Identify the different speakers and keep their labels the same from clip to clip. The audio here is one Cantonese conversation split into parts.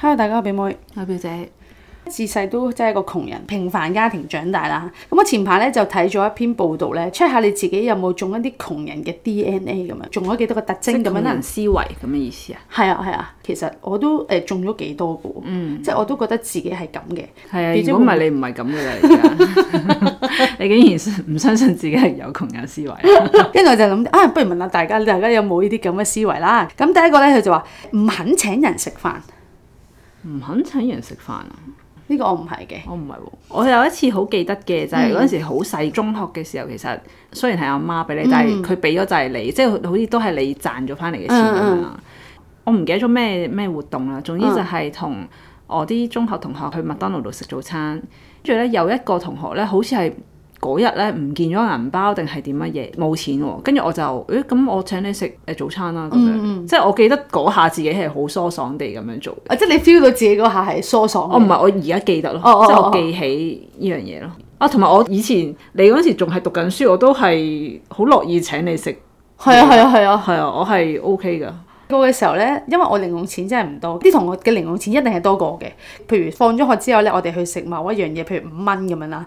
Speaker 1: Hello，大家好，我表妹。
Speaker 2: 阿表姐，
Speaker 1: 自細都真係一個窮人，平凡家庭長大啦。咁我前排咧就睇咗一篇報道咧，check 下你自己有冇中一啲窮人嘅 DNA 咁樣，中咗幾多個特徵咁樣
Speaker 2: 人
Speaker 1: 啦。
Speaker 2: 思維咁嘅意思啊？
Speaker 1: 係啊係啊，其實我都誒、呃中咗幾多個，
Speaker 2: 嗯
Speaker 1: 即係我都覺得自己係咁嘅。
Speaker 2: 係啊，
Speaker 1: 表姐
Speaker 2: 如果唔係你唔係咁嘅啦，而家 你竟然信唔相信自己係有窮有思維？
Speaker 1: 跟住我就諗啊，不如問下大家，大家有冇呢啲咁嘅思維啦？咁第一個咧，佢就話唔肯請人食飯，呢、
Speaker 2: 唔肯請人食飯啊？
Speaker 1: 個我唔係嘅。
Speaker 2: 我唔係喎，我有一次好記得嘅就係嗰陣時好細，中學嘅時候其實雖然係阿媽俾你，但係佢俾咗就係你，即係好似都係你賺咗翻嚟嘅錢咁樣啦。我唔記得咗咩咩活動啦，總之就係同我啲中學同學去麥當勞度食早餐，跟住咧有一個同學咧好似係。嗰日咧唔見咗銀包定係點乜嘢冇錢喎，跟住我就誒咁我請你食誒早餐啦咁樣，即係我記得嗰下自己係好疏爽地咁樣做
Speaker 1: 啊！即係你 feel 到自己嗰下係疏爽嘅。
Speaker 2: 哦我唔係，我而家記得咯，
Speaker 1: 哦哦
Speaker 2: 即係
Speaker 1: 哦
Speaker 2: 我記起呢樣嘢咯。啊，同埋我以前你嗰陣時仲係讀緊書，我都係好樂意請你食，
Speaker 1: 係啊係啊係啊！
Speaker 2: 係啊，我係 O K 噶。
Speaker 1: 高嘅時候咧，因為我零用錢真係唔多，啲同學嘅零用錢一定係多過我嘅。譬如放咗學之後咧，我哋去食某一樣嘢，譬如五蚊咁樣啦，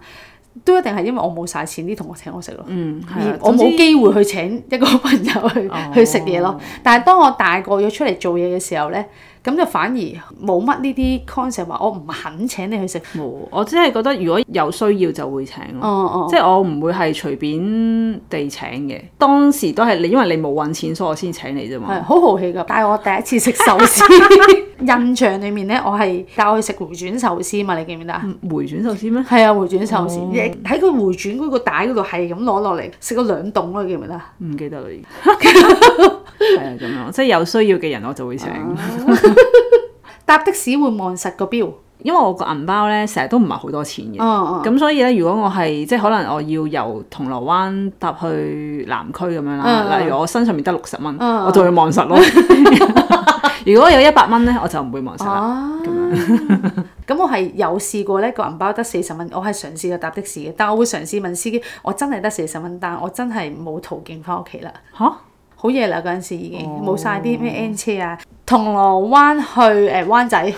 Speaker 1: 都一定係因為我冇晒錢，啲同學請我食咯。
Speaker 2: 嗯，係啊
Speaker 1: 而，我
Speaker 2: 總
Speaker 1: 冇
Speaker 2: 之哦
Speaker 1: 機會去請 一個朋友去、去食嘢咯。但係當我大個咗出嚟做嘢嘅時候咧，咁就反而冇乜呢啲 concept 話我唔肯請你去食。
Speaker 2: 冇，我只係覺得如果有需要就會請
Speaker 1: 哦
Speaker 2: 咯。
Speaker 1: 哦，
Speaker 2: 即係我唔會係隨便地請嘅，當時都係你，因為你冇揾錢，所以我先請你啫嘛。
Speaker 1: 係好豪氣㗎！但係我第一次食壽 司，印象裡面咧，我係帶我去食回轉壽司嘛，你記唔記得啊？
Speaker 2: 回轉壽司咩？
Speaker 1: 係啊，回轉壽司，亦喺佢回轉嗰個帶嗰度係咁攞落嚟，食咗兩棟咯，記唔記得啊？
Speaker 2: 唔記得啦， 已經係啊，咁樣即係有需要嘅人我就會請。
Speaker 1: 搭的士會望實個錶，
Speaker 2: 因為我個銀包咧成日都唔係好多錢嘅，
Speaker 1: 嗯
Speaker 2: 咁、所以咧如果我係即係可能我要由銅鑼灣搭去南區咁樣啦，
Speaker 1: 嗯
Speaker 2: 例如我身上面得六十蚊，
Speaker 1: 嗯
Speaker 2: 我就會 望實咯。如果有一百蚊咧，我就唔會望實啦。
Speaker 1: 啊， 咁我係有試過咧，個銀包得四十蚊，我係嘗試過搭的士嘅，但我會嘗試問司機，我真係得四十蚊單，我真係冇途徑翻屋企啦，
Speaker 2: 吓、
Speaker 1: 好夜啦嗰陣時已經冇晒啲咩 N 車啊，銅鑼灣去誒灣仔。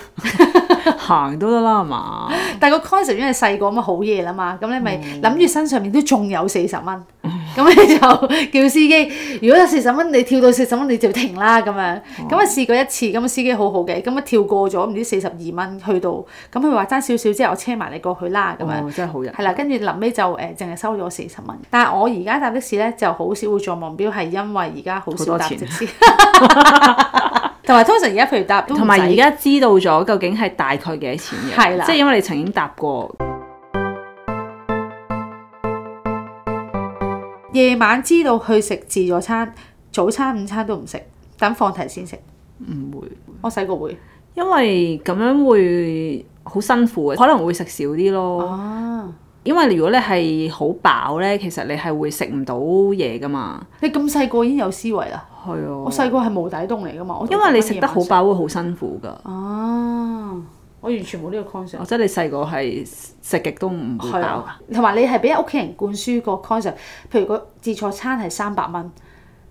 Speaker 2: 行都得啦，係嘛？
Speaker 1: 但係個 concept 因為細個咁啊好嘢啦嘛，咁你咪諗住身上面都仲有四十蚊，咁你就叫司機，如果有四十蚊，你跳到四十蚊你就停啦咁樣。咁啊試過一次，咁啊司機好好嘅，咁啊跳過咗唔知四十二蚊去到，咁佢話爭少少之後，我車埋你過去啦咁樣。啊
Speaker 2: 哦，真係好人。
Speaker 1: 係啦，跟住臨尾就誒，淨係收咗四十蚊。但係我而家搭的士咧，就好少會做望表，係因為而家好
Speaker 2: 好
Speaker 1: 少
Speaker 2: 多
Speaker 1: 搭
Speaker 2: 錢
Speaker 1: 的士。 同埋通常而家譬如搭都唔
Speaker 2: 同埋而
Speaker 1: 使
Speaker 2: 家知道咗究竟係大概幾多錢嘅，
Speaker 1: 係啦
Speaker 2: 即係因為你曾經搭過，
Speaker 1: 夜晚知道去食自助餐，早餐午餐都唔食，等放題先食。
Speaker 2: 唔會。
Speaker 1: 我細個會，
Speaker 2: 因為咁樣會好辛苦嘅，可能會食少啲咯。
Speaker 1: 哦
Speaker 2: 因為如果你係好飽咧，其實你係會食唔到嘢噶嘛。
Speaker 1: 你咁細個已經有思維啦。
Speaker 2: 係啊，
Speaker 1: 我細個係無底洞嚟噶嘛，我
Speaker 2: 因為你食得好飽會好辛苦噶，
Speaker 1: 啊，我完全冇呢個 concept。
Speaker 2: 或者你細個係食極都唔會
Speaker 1: 係
Speaker 2: 飽。
Speaker 1: 啊，同埋你係俾屋企人灌輸個 concept，譬如個自助餐係三百蚊，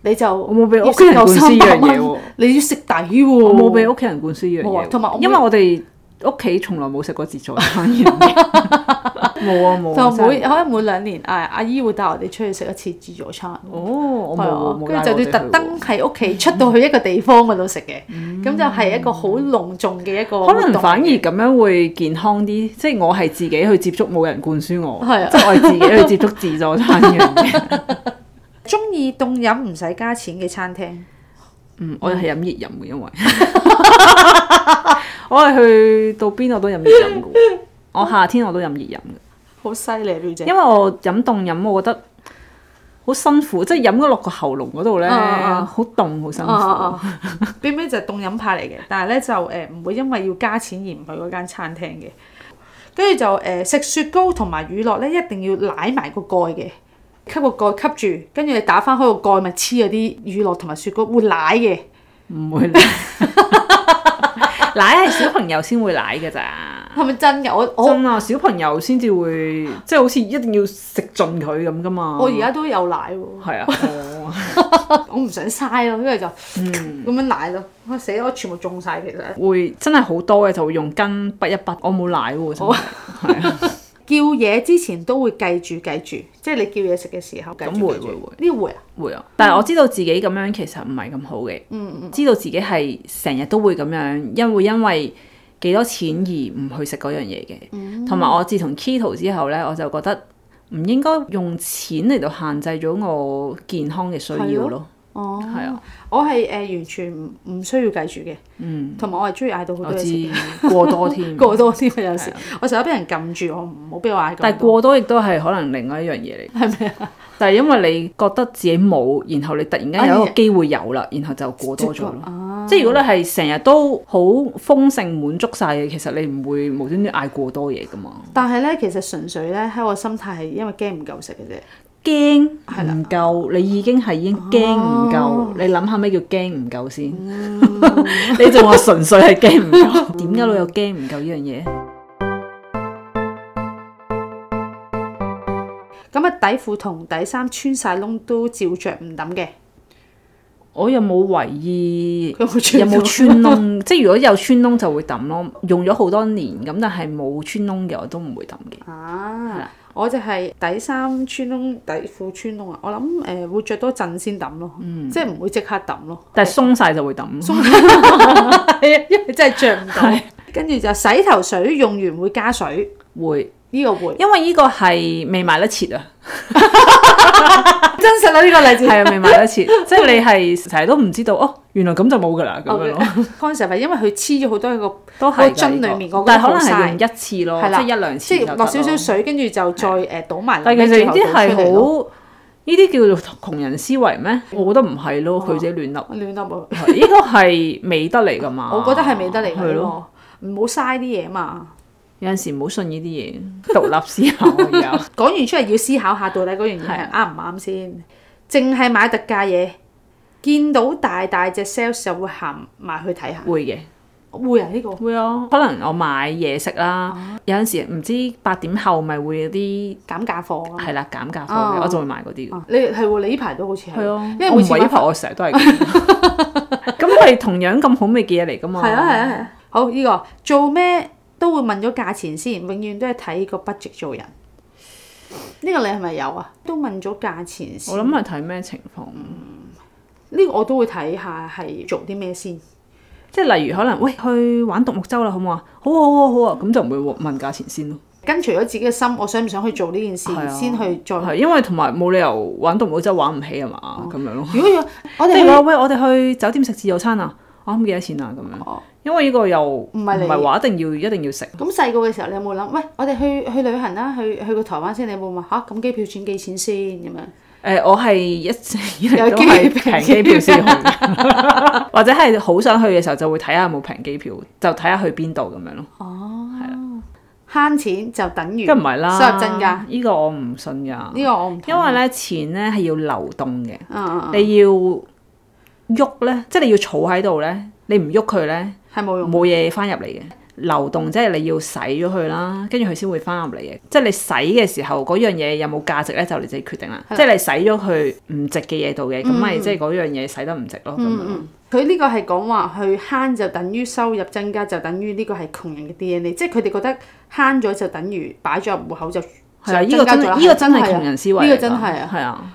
Speaker 1: 你就
Speaker 2: 我冇俾屋企人灌輸呢樣嘢喎，
Speaker 1: 你要食抵喎。
Speaker 2: 我冇俾屋企人灌輸呢樣
Speaker 1: 冇
Speaker 2: 嘢
Speaker 1: 啊
Speaker 2: 喎，
Speaker 1: 同埋我冇
Speaker 2: 因為我哋屋企從來冇食過自助 餐呢樣嘢，冇啊冇啊，
Speaker 1: 就每
Speaker 2: 真係
Speaker 1: 可能每兩年，誒啊阿姨會帶我哋出去食一次自助餐。
Speaker 2: 哦，我冇
Speaker 1: 係啊
Speaker 2: 冇，
Speaker 1: 跟
Speaker 2: 帶
Speaker 1: 住就
Speaker 2: 我哋
Speaker 1: 要特
Speaker 2: 去喎
Speaker 1: 登喺屋企出到去一個地方嗰度食嘅，咁就係一個好隆重嘅一個活
Speaker 2: 可
Speaker 1: 動嚟嘅。
Speaker 2: 能反而咁樣會健康啲，即係我係自己去接觸，冇人灌輸我，
Speaker 1: 係啊
Speaker 2: 即係我係自己去接觸自助餐嘅。
Speaker 1: 中意凍飲唔使加錢嘅餐廳，
Speaker 2: 嗯，我係飲熱飲嘅，因為 我係去到邊我都飲熱飲嘅喎，我夏天我都飲熱飲嘅，
Speaker 1: 好犀利表姐
Speaker 2: 因。為我飲凍飲，我覺得好辛苦，即係飲咗落個喉嚨嗰度咧，
Speaker 1: 啊啊啊
Speaker 2: 好凍好辛
Speaker 1: 啊
Speaker 2: 苦。
Speaker 1: 啊啊！冰冰就係凍飲派嚟嘅，但係咧就誒唔會因為要加錢而唔去嗰間餐廳嘅。跟住就誒、呃食雪糕同埋乳酪咧，一定要舐埋個蓋嘅，吸個蓋吸住，跟住你打翻開個蓋咪黐嗰啲乳酪同埋雪糕，會舐嘅。
Speaker 2: 唔會奶，奶係小朋友先會奶嘅咋。
Speaker 1: 係咪真嘅？我我
Speaker 2: 真啊，小朋友先至會，即係好似一定要食盡佢咁噶嘛。
Speaker 1: 我而家都有奶喎。
Speaker 2: 係啊，咯。
Speaker 1: 我唔想嘥咯，因為就
Speaker 2: 嗯
Speaker 1: 咁樣奶咯，我死我全部中晒其實。
Speaker 2: 會真係好多嘅，就會用根筆一筆。我冇奶喎，真係係啊，
Speaker 1: 叫嘢之前都會記住記住，即係你叫嘢食嘅時候記住。
Speaker 2: 咁會
Speaker 1: 記住
Speaker 2: 會會
Speaker 1: 呢會啊？
Speaker 2: 會啊。但係我知道自己咁樣其實唔係咁好嘅，
Speaker 1: 嗯
Speaker 2: 知道自己係成日都會咁樣，因會因為幾多錢而唔去食嗰樣嘢
Speaker 1: 嗯
Speaker 2: 嘅。同埋、我自從 keto 之後呢，我就覺得唔應該用錢嚟到限制咗我健康嘅需
Speaker 1: 係
Speaker 2: 要
Speaker 1: 咯
Speaker 2: 咯。
Speaker 1: 哦，
Speaker 2: 係啊，
Speaker 1: 我係誒、呃完全唔唔需要計住嘅，嗯，同埋我係中意嗌到好
Speaker 2: 我
Speaker 1: 多嘢食，
Speaker 2: 知過多 添。
Speaker 1: 過多啲嘅有時，我成日俾人撳住，我唔好俾我嗌
Speaker 2: 但係
Speaker 1: 咁多。
Speaker 2: 過多亦都係可能另外一樣嘢嚟，係咪啊？哎但係因為你覺得自己冇，然後你突然間有一個機會有啦，然後就過多咗咯。即係如果你係成日都好豐盛滿足晒嘅，其實你唔會無端端嗌過多嘢噶嘛。
Speaker 1: 但係咧，其實純粹咧喺我心態係因為驚唔夠食嘅啫。
Speaker 2: 驚唔夠，你已經係已經驚唔夠。你諗下咩叫驚唔夠先？ 你仲話純粹係驚唔 夠？點解你有驚唔夠呢樣嘢？
Speaker 1: 咁啊，底褲同底衫穿晒窿都照着唔抌嘅，
Speaker 2: 我又冇為意
Speaker 1: 佢有冇
Speaker 2: 有
Speaker 1: 穿窿
Speaker 2: 冇穿窿？ 即係如果有穿窿就會抌咯，用咗好多年咁，但係冇穿窿嘅我都唔會抌嘅。
Speaker 1: 啊！我就係底衫穿窿，底褲穿窿啊！我諗誒、呃、會着多陣先抌咯，
Speaker 2: 嗯
Speaker 1: 即係唔會即刻抌 咯。
Speaker 2: 但係鬆晒就會抌。鬆
Speaker 1: 係啊，因為真係着唔到。跟住就洗頭水用完會加水，
Speaker 2: 會，
Speaker 1: 呢、個會
Speaker 2: 因為呢個係未買得切啊，
Speaker 1: 真實啦呢個例子。
Speaker 2: 係啊，未買得 切，即係你係成日都唔知道哦，原來咁就冇㗎啦，
Speaker 1: 哦
Speaker 2: 咁樣咯，
Speaker 1: concept 係因為佢黐咗好多喺個
Speaker 2: 都
Speaker 1: 個
Speaker 2: 係㗎
Speaker 1: 樽
Speaker 2: 呢個
Speaker 1: 裡面嗰個
Speaker 2: 但係可能
Speaker 1: 好
Speaker 2: 係
Speaker 1: 晒
Speaker 2: 用一次咯，
Speaker 1: 係
Speaker 2: 即
Speaker 1: 啦
Speaker 2: 係一兩次
Speaker 1: 即
Speaker 2: 就
Speaker 1: 係
Speaker 2: 得
Speaker 1: 落少少
Speaker 2: 咯。
Speaker 1: 水，跟住就再誒倒埋。
Speaker 2: 但係其實呢啲係
Speaker 1: 最後倒出嚟咯
Speaker 2: 好，呢啲叫做窮人思維咩？我覺得唔係
Speaker 1: 哦
Speaker 2: 咯，佢自己亂笠。
Speaker 1: 亂噏 啊！
Speaker 2: 係應該係美德嚟㗎嘛？
Speaker 1: 我覺得係美德嚟
Speaker 2: 係
Speaker 1: 嘅喎，唔
Speaker 2: 咯，
Speaker 1: 好嘥啲嘢嘛。
Speaker 2: 有陣時唔好信呢啲嘢，獨立思考啊有。
Speaker 1: 講完出嚟要思考下，到底嗰樣嘢
Speaker 2: 係
Speaker 1: 係啊啱唔啱先。淨係買特價嘢，見到大大隻 sales 就會行埋去睇下。
Speaker 2: 會嘅，
Speaker 1: 會啊呢個，
Speaker 2: 會啊。可能我買嘢食
Speaker 1: 啊
Speaker 2: 啦，有陣時唔知八點後咪會有啲
Speaker 1: 減價貨啊！
Speaker 2: 係啦減價貨
Speaker 1: 啊
Speaker 2: 嘅，我就會買嗰啲嘅。
Speaker 1: 啊你係喎，你呢排都好似係，
Speaker 2: 係啊，
Speaker 1: 因為
Speaker 2: 我唔
Speaker 1: 每次
Speaker 2: 係
Speaker 1: 買
Speaker 2: 呢排我成日都係咁。 咁係同樣咁好味嘅嘢嚟㗎嘛？
Speaker 1: 係啊係啊係啊。好呢、個做咩都會問咗價錢先，永遠都係睇個 budget 做人。呢、個你係咪有啊？都問咗價錢先
Speaker 2: 我。諗係睇咩情況，
Speaker 1: 呢個我都會睇下係做啲咩先。
Speaker 2: 即係例如可能喂去玩獨木舟啦，好唔好啊？好啊好啊好啊，咁就唔會問價錢先咯。
Speaker 1: 跟隨咗自己嘅心，我想唔想去做呢件事
Speaker 2: 係啊
Speaker 1: 先去再。
Speaker 2: 係因為同埋冇理由玩獨木舟玩唔起
Speaker 1: 哦
Speaker 2: 啊嘛，咁樣咯。
Speaker 1: 如果要我
Speaker 2: 即
Speaker 1: 哋
Speaker 2: 係話
Speaker 1: 啊去
Speaker 2: 喂，我哋去酒店食自助餐啊，我諗幾多錢啊咁樣
Speaker 1: 哦，
Speaker 2: 因為呢個又唔
Speaker 1: 係你
Speaker 2: 係話一定要一定要食，
Speaker 1: 咁細個嘅時候，你有冇諗？喂，我哋去去旅行啦，去去個台灣先，你有冇問吓咁機票錢幾錢先咁樣？
Speaker 2: 誒我係一 直以
Speaker 1: 有
Speaker 2: 嚟都
Speaker 1: 機
Speaker 2: 係
Speaker 1: 票
Speaker 2: 平機票先去， 或者係好想去嘅時候就會睇下有冇平機票，就睇下去邊度咁樣咯。
Speaker 1: 慳錢就等於
Speaker 2: 梗唔係啦，
Speaker 1: 收入增加，
Speaker 2: 呢個我唔信㗎，
Speaker 1: 呢個我唔同
Speaker 2: 因為咧錢咧係要流動嘅，
Speaker 1: 嗯嗯嗯
Speaker 2: 你要喐咧，即係你要儲喺度咧，你唔喐佢咧。
Speaker 1: 係冇用。
Speaker 2: 冇嘢翻入嚟嘅。流動即係你要洗咗佢啦，跟住佢先會翻入嚟嘅。即係你洗嘅時候，嗰樣嘢有冇價值咧，就你自己決定啦。即係你洗咗佢唔值嘅嘢度嘅，咁
Speaker 1: 嗯
Speaker 2: 咪即係嗰樣嘢洗得唔值咯。咁樣咯
Speaker 1: 佢呢個係講話去慳就等於收入增加，就等於呢個係窮人嘅 DNA，即係佢哋覺得慳咗就等於擺咗入戶口就就
Speaker 2: 係啊，呢個
Speaker 1: 增加
Speaker 2: 真
Speaker 1: 咗啦
Speaker 2: 呢個真係
Speaker 1: 啊
Speaker 2: 窮人思維嚟㗎。
Speaker 1: 呢個真係啊！
Speaker 2: 係啊，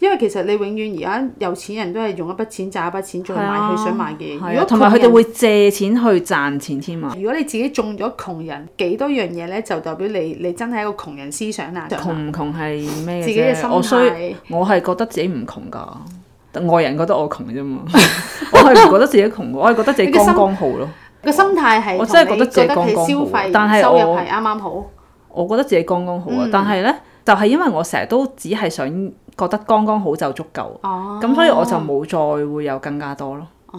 Speaker 1: 因為其實你永遠而家有錢人都係用一筆錢賺一筆錢，再
Speaker 2: 係
Speaker 1: 買
Speaker 2: 啊
Speaker 1: 佢想買嘅嘢。
Speaker 2: 係啊
Speaker 1: 如果
Speaker 2: 同埋佢
Speaker 1: 窮人
Speaker 2: 哋會借錢去賺錢添啊。
Speaker 1: 如果你自己中咗窮人幾多樣嘢咧，就代表你你真係一個窮人思想啦。
Speaker 2: 窮唔窮係咩
Speaker 1: 自己嘅
Speaker 2: 嘅
Speaker 1: 心
Speaker 2: 啫？
Speaker 1: 態
Speaker 2: 我衰，我係覺得自己唔窮㗎。外人覺得我窮啫嘛， 我係唔覺得自己窮㗎，我係覺得自己
Speaker 1: 你嘅心
Speaker 2: 剛剛好咯。
Speaker 1: 個心態係
Speaker 2: 我真係覺得自己
Speaker 1: 同你
Speaker 2: 剛剛
Speaker 1: 消
Speaker 2: 好
Speaker 1: 費
Speaker 2: 但係
Speaker 1: 收入
Speaker 2: 我
Speaker 1: 係啱啱好。
Speaker 2: 我覺得自己剛剛好啊，
Speaker 1: 嗯
Speaker 2: 但係呢，就係、因為我成日都只係想覺得剛剛好就足夠，咁、
Speaker 1: 哦，
Speaker 2: 所以我就冇再會有更加多咯。哦，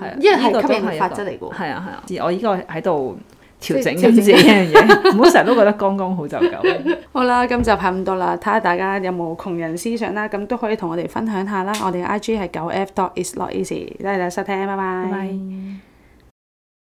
Speaker 2: 係啊，
Speaker 1: 因為係
Speaker 2: 呢個都
Speaker 1: 吸引力
Speaker 2: 係一個
Speaker 1: 法則嚟㗎喎
Speaker 2: 係啊係啊，而我依個喺度調整
Speaker 1: 即係
Speaker 2: 緊
Speaker 1: 調整緊
Speaker 2: 自己一樣嘢，唔好成日都覺得剛剛好就夠。
Speaker 1: 好啦，今集係咁多啦，睇下大家有冇窮人思想啦，咁都可以同我哋分享下啦。我哋 I G 係九 F dot is not easy，多謝大家收聽，拜
Speaker 2: 拜
Speaker 1: 拜。
Speaker 2: 拜。